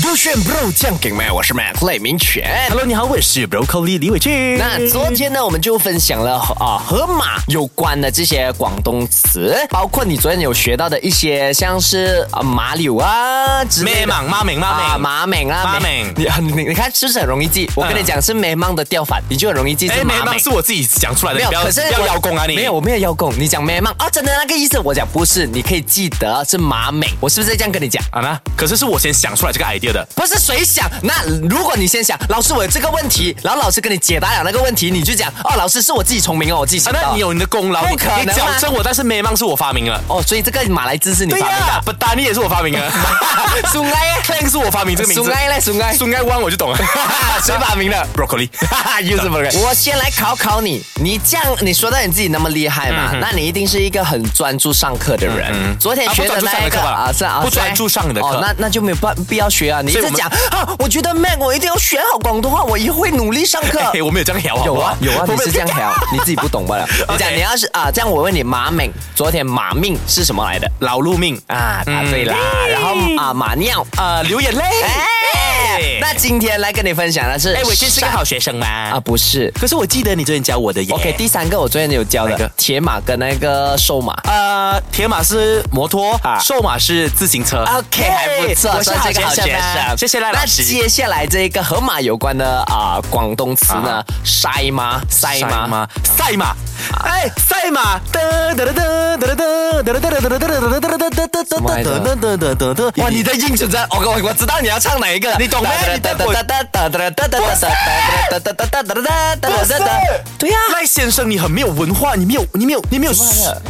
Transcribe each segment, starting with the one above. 不炫 bro 酱给麦，我是 Matt 赖明全。 Hello，你好，我是 bro Cody 李伟俊。那昨天呢，我们就分享了啊和马有关的这些广东词，包括你昨天有学到的一些，像是啊马柳啊之类咩的。盲妈明啊，妈明，马敏啊，马美敏你很你你看是不是很容易记？我跟你嗯讲是美芒的调反，你就很容易记哎，是咩马盲敏。是我自己讲出来的，没你有，不要可是不要我邀功啊你！没有，我没有邀功。你讲美芒哦，真的那个意思。我讲不是，你可以记得是马美，我是不是这样跟你讲？啊那，可是是我先想出来这个 idea 的。啊不是谁想？那如果你先想，老师我有这个问题，然后老师跟你解答了那个问题，你就讲哦，老师是我自己聪明哦，我自己啊想到。那你有你的功劳，不你可能你矫啊正我，但是咩盲是我发明了。哦，所以这个马来字是你发对明呀 啊的，，不丹尼也是我发明 的。苏埃耶， Clang 是我发明这个名苏字，埃嘞，苏埃，松盖湾我就懂了， 谁发明的？ ？Broccoli，又是 Broccoli 我先来考考你，你这样你说到你自己那么厉害嗯嘛，那你一定是一个很专注上课的人。昨天学的那一个啊不专注上的课吧不是啊，专注上的课哦，那那就没有办必要学啊。你一所以直我们讲啊，我觉得 Mac 我一定要学好广东话，我以后会努力上课。嘿，我没有这样聊，好不有好啊有啊，你是这样。调，你自己不懂 罢了。你讲 OK 你要是啊，这样我问你，马敏昨天马命是什么来的？老路命啊，啊，答对啦。嗯然后啊，马尿。呃，流眼泪。哎哎，那今天来跟你分享的是，哎，伟俊是个善好学生吗？啊，啊，不是。可是我记得你昨天教我的耶。 OK，第三个我昨天有教哪的个铁马跟那个瘦马。呃，铁马是摩托啊，瘦马是自行车。 OK，还不错，我是算好是一学个好学生啊。生。谢谢赖老那师。接下来这个和马有关的啊广东词呢啊，塞吗？塞赛吗？马，赛马，哎，赛马，噔噔噔噔噔噔噔噔噔噔噔噔噔噔噔噔噔噔噔噔，哇，你的音准真，我我我知道你要唱哪一个，你懂吗你懂我对呀，啊赖先生，你很没有文化，你没有，你没有，你没有，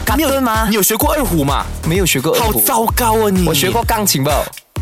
嘎你没有顿吗你有学过二胡吗？没有学过二好胡，糟糕啊你！我学过钢琴吧。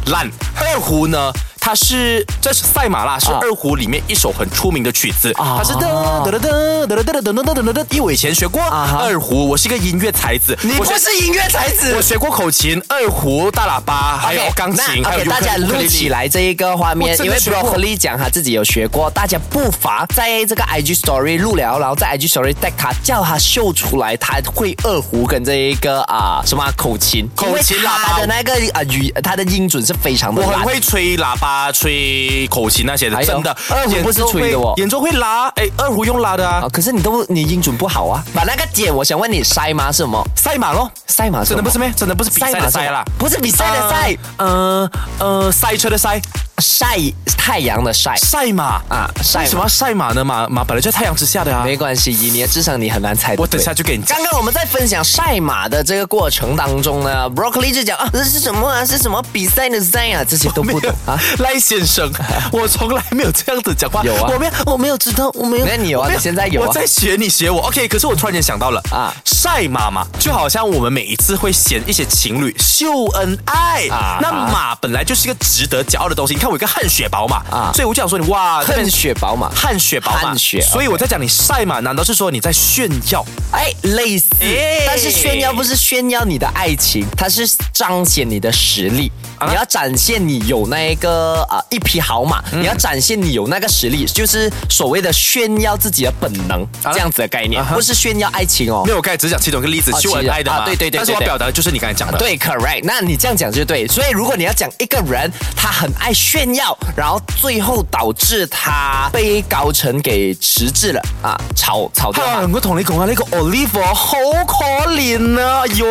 烂二胡呢，它是这是赛马啦，是啊二胡里面一首很出名的曲子，啊它是哒哒哒哒哒哒哒哒哒哒哒哒。因为我以前学过啊哈二胡，我是一个音乐才子，你我不学是音乐才子我。学过口琴、二胡、大喇叭，还有钢琴，还有 OK，大家录起来。来这一个画面，因为 Broccoli 讲他自己有学过，大家不妨在 这个 IG Story 录了，然后在 IG Story 带他，叫他秀出来，他会二胡跟这一个啊、什么啊口琴，他的那个啊语，他的音准是非常的我很烂。会吹喇叭、吹口琴那些还的，有真的。哎二胡不是吹的哦演奏会演奏会拉，哎，二胡用拉的啊啊，，可是你都你音准不好啊！把那个姐，我想问你，塞吗？是什么？赛马咯，赛马是什真的么不是咩？真的不是比赛马的是什么赛啦，不是比赛的赛，呃呃，赛车的赛，晒太阳的晒。赛马啊赛啊马为什么要赛马呢？马马本来就在太阳之下的啊。没关系，以你的智商，你很难猜得对。我等下就 给你讲刚刚我们在分享赛马的这个过程当中呢，Broccoli 就讲啊，这是什么啊？是什么比赛的赛啊？这些都不懂啊。赖先 生，我从来没有这样子讲话。有啊我没有，我没有知道，我没有。那你有啊我没你现在有啊我在学你学我。OK，可是我突然间想到了啊啊，晒马嘛，就好像我们每一次会嫌一些情侣秀恩爱啊啊，那马本来就是一个值得骄傲的东西。你看我有一个汗血宝马啊啊，所以我就想说你哇，这边恨雪宝马，汗血宝马，汗血所以我在讲你晒马，难道是说你在炫耀？哎，类似，哎但是炫耀不是炫耀你的爱情，它是彰显你的实力。啊你要展现你有那一个啊、一匹好马，嗯你要展现你有那个实力，就是所谓的炫耀自己的本能、这样子的概念，啊哈不是炫耀爱情哦没。有，我刚才只是讲其中一个例子，哦秀恩爱的其嘛。中啊对对对但是我对对要表达的就是你刚才讲的。对，correct。那你这样讲就对。所以如果你要讲一个人他很爱炫耀，然后最后导致他被高层给迟滞了啊，炒炒掉啊他。！我同你講啊，呢、個 à, Olive 啊好可憐啊，哎呦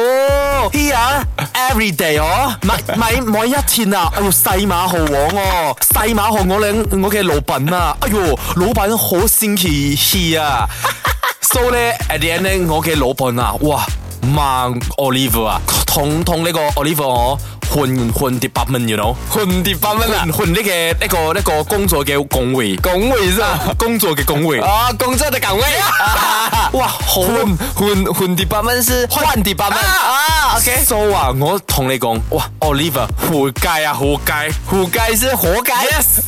，here à. every day à. 哦，每每每一天啊，哎呦細馬號王哦，細馬號我兩我嘅老闆啊，哎呦，老闆好星期氣啊 à.，so 咧 at the end 咧，我嘅老闆啊，哇，孟 à. Olive à. 啊，同同呢個 Olive à. 我混混 department，you know。混地方们混混呢嘅呢個呢個工作嘅工會，工位是吧？工作嘅工會，啊、工作的岗位。哎啊哇，好混混混地方们是换地方们啊啊，OK。 So 啊，我同你講，哇，Oliver 活該啊，活該活该是活该。 ，yes，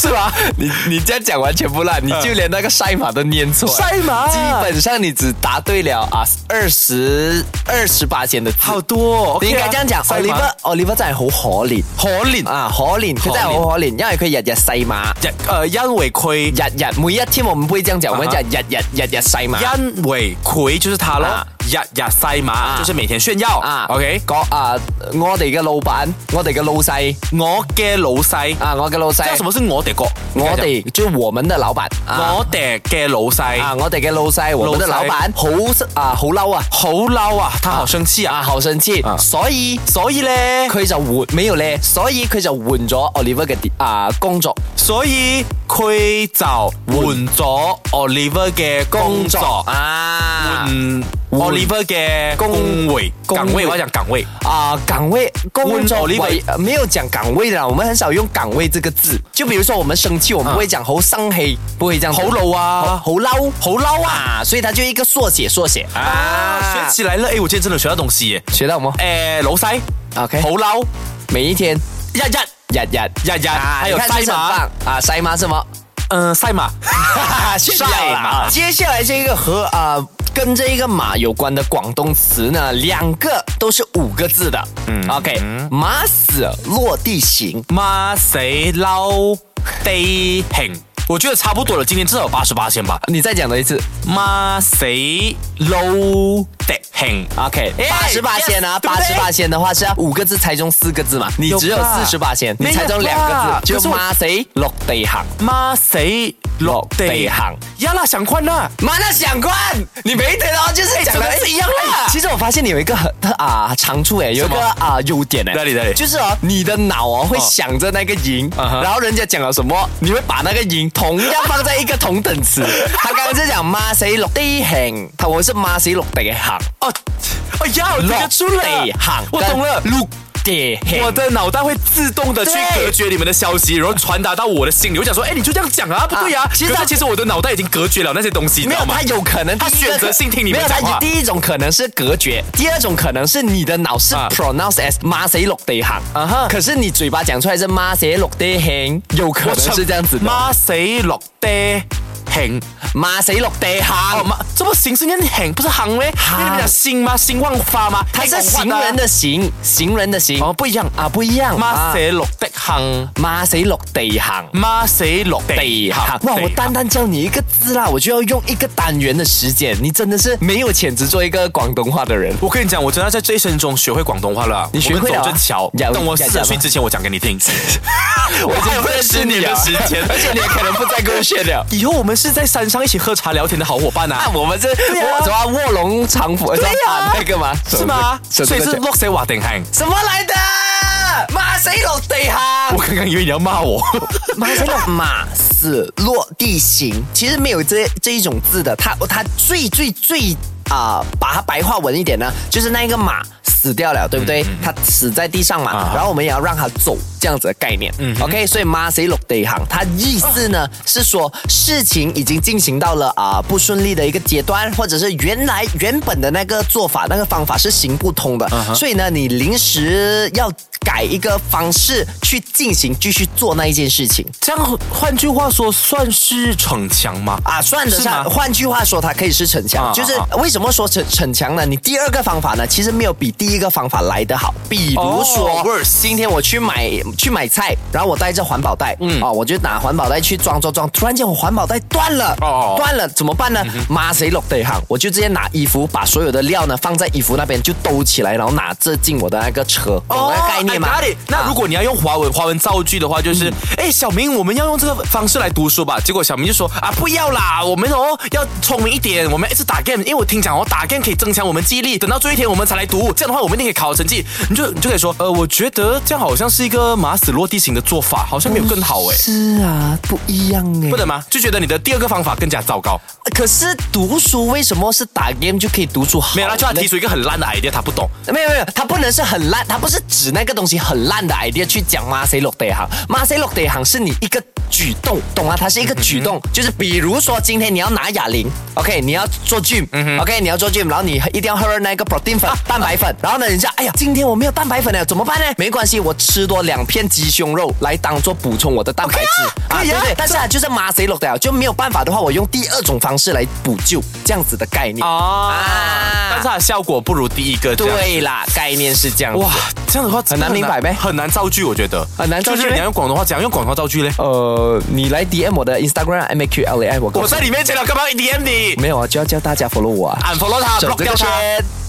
是吧？你你这样讲完全不烂，你就连那个赛马都念错了。赛马基本上你只答对了啊，二十二十八千的字。好多、哦，你應該咁樣講，我我呢呢筆我呢筆真係好可憐可憐啊，可憐，佢真係好可憐，因為佢日日細馬，日呃，因為佢日日每一天我唔會這樣講，我們啊哈講日日日日細馬因為佢就是他咯啊，日日晒馬就是每天炫耀啊。 OK，講啊，我哋嘅老闆，我哋嘅老細我嘅老細，啊，我嘅老細即係，什麼是我哋個？我哋就我們的老闆啊啊我哋嘅老細啊，我哋嘅老細，我們的老老細闆好啊好嬲啊好嬲啊，他好生氣啊啊，好生氣，所以。所以咧，佢就換沒有咧，所以佢就換咗 Oliver 嘅啊工作。所以佢就換咗 Oliver 嘅工作，啊，嗯換，Oliver 嘅工位工崗位，位我要講崗位。啊，岗位工作問 Oliver 位呃没有讲岗位的啦，我们很少用岗位这个字。就比如说我们生气，我们不会讲好生气，不会这样子。好嬲啊好好嬲，好嬲啊！所以它就一个缩写，缩写啊，学起来了！哎，我今天真的学到东西耶。学到冇？诶，老细 OK 好嬲，每一天日日日日日日，啊，还有你看赛是不是很马，棒啊，赛马什么？嗯，赛马， 炫耀晒马啦！啊接下来这个和啊、呃跟这一个马有关的广东词呢，两个都是五个字的。嗯，OK，马死落地行。马谁捞地行？我觉得差不多了，今天至少有八十八先吧。你再讲多一次马谁捞地行？ ，OK，哎八十八仙啊， yes，对不八对十八仙的话是要啊五个字猜中四个字嘛，你只有有吧四十八仙，你没有猜中两个吧字，可是就我马谁落地行，马谁落地落地行行？呀啦，想啊困啦！马那想关，你没得到就是讲真的的是一样啦哎其实我发现你有一个很特啊、长处哎，有一什个么啊、优点哎，哪里哪里就是哦，你的脑哦会想着那个赢，啊哈然后人家讲了什么，你会把那个赢同样放在一个同等词。 他刚刚是讲马谁落地行，他我是马谁落地行，哦，哎呀，我这个出来落地行，我懂了。落地行。我的脑袋会自动的去对隔绝你们的消息，然后传达到我的心里。我想说，哎，你就这样讲啊，不对啊。啊其其实实他其实我的脑袋已经隔绝了那些东西，你知没道有，吗他？有可能他第一个选择性听你们没有，讲话他第一种可能是隔绝，第二种可能是你的脑是啊 pronounce as 马谁落地行，啊哈可是你嘴巴讲出来是马谁落地行，有可能是这样子的。妈谁落地行？马谁落地哦行，妈，这不行是念行，不是行嘞？行那你们讲兴吗？兴旺发哎吗？它是行人的行，行人的行哦，不一样。啊，不一样。妈啊谁落地行？马谁落地行。妈谁落地地行行？哇！我单单教你一个字啦，我就要用一个单元的时间，你真的是没有潜质做一个广东话的人。我跟你讲，我真的在这一生中学会广东话了。你学会了啊我们走着瞧，呀等我呀四十岁呀之前，我讲给啊你 听。我已经认识你了 而且你也可能不再够 炫了。以后我们是在山上一起喝茶聊天的好伙伴啊那。我们这啊我什么卧龙藏虎，对呀那个吗？是吗？手所以这是个手 lock 谁瓦定行。什么来的？马谁落地行我？刚刚以为你要骂我，马谁落马死落地行？其实没有这这一种字的，它它最最最。啊、把它白话文一点呢，就是那一个马死掉了，对不对？它死在地上嘛，啊然后我们也要让它走，这样子的概念。OK，所以马谁落地行，它意思呢、是说事情已经进行到了啊、不顺利的一个阶段，或者是原来原本的那个做法那个方法是行不通的所以呢，你临时要改一个方式去进行继续做那一件事情。 这样换句话说算是逞强吗？啊，算得是吗上。换句话说，它可以是逞啊强。就是呃啊为什么说逞逞强呢？你第二个方法呢，其实没有比第一个方法来得好。比如哦说，worse，今天我去买去买菜，然后我带着环保袋，嗯，啊，我就拿环保袋去装装装，突然间我环保袋断了，哦嗯哦，断了怎么办呢？妈谁落地行？我就直接拿衣服把所有的料呢放在衣服那边就兜起来，然后拿这进我的那个车，懂那个哦概念 Oh, 吗嗯 I got it？那啊如果你要用华文华文造句的话，就是哎、小明，我们要用这个方式来读书吧。结果小明就说啊，不要啦，我们哦要聪明一点，我们一直打 game，因为我听讲哦打 game 可以增强我们记忆力，等到最后一天我们才来读，这样的话我们一定可以考好成绩。你就你就可以说，呃，我觉得这样好像是一个马死落地型的做法，好像没有更好哎、是啊，不一样哎、不能吗？就觉得你的第二个方法更加糟糕。可是读书为什么是打 game 就可以读出好？没有啦，就他提出一个很烂的 idea，他不懂。没有没有，它不能是很烂，它不是指那个东西很烂的 idea 去讲马谁落地行，马谁落地行是你一个举动，懂吗？它是一个举嗯动，就是比如说今天你要拿哑铃，OK，你要做嗯 gym，OK，、你要做 gym，然后你一定要喝那个 protein 粉、蛋白粉，然后呢，人家哎呀，今天我没有蛋白粉了，怎么办呢？没关系，我吃多两片鸡胸肉来当做补充我的蛋白质 OK 啊可以啊对不对？但是啊，就是麻谁落掉，就没有办法的话，我用第二种方式来补救，这样子的概念。哦啊但是它的效果不如第一个这样。对啦，概念啊是这样。哇，这样的话真的很难明白呗很难造句，我觉得很难造句就是呗你要用广东话讲，用广东话造句嘞。呃，你来 DM 我的 Instagram M A Q L A I，我告嗯我诉在你里面讲了，干嘛 DM 你没有啊，就要叫大家 follow 我啊。 ？unfollow 他整，block 个掉他。圈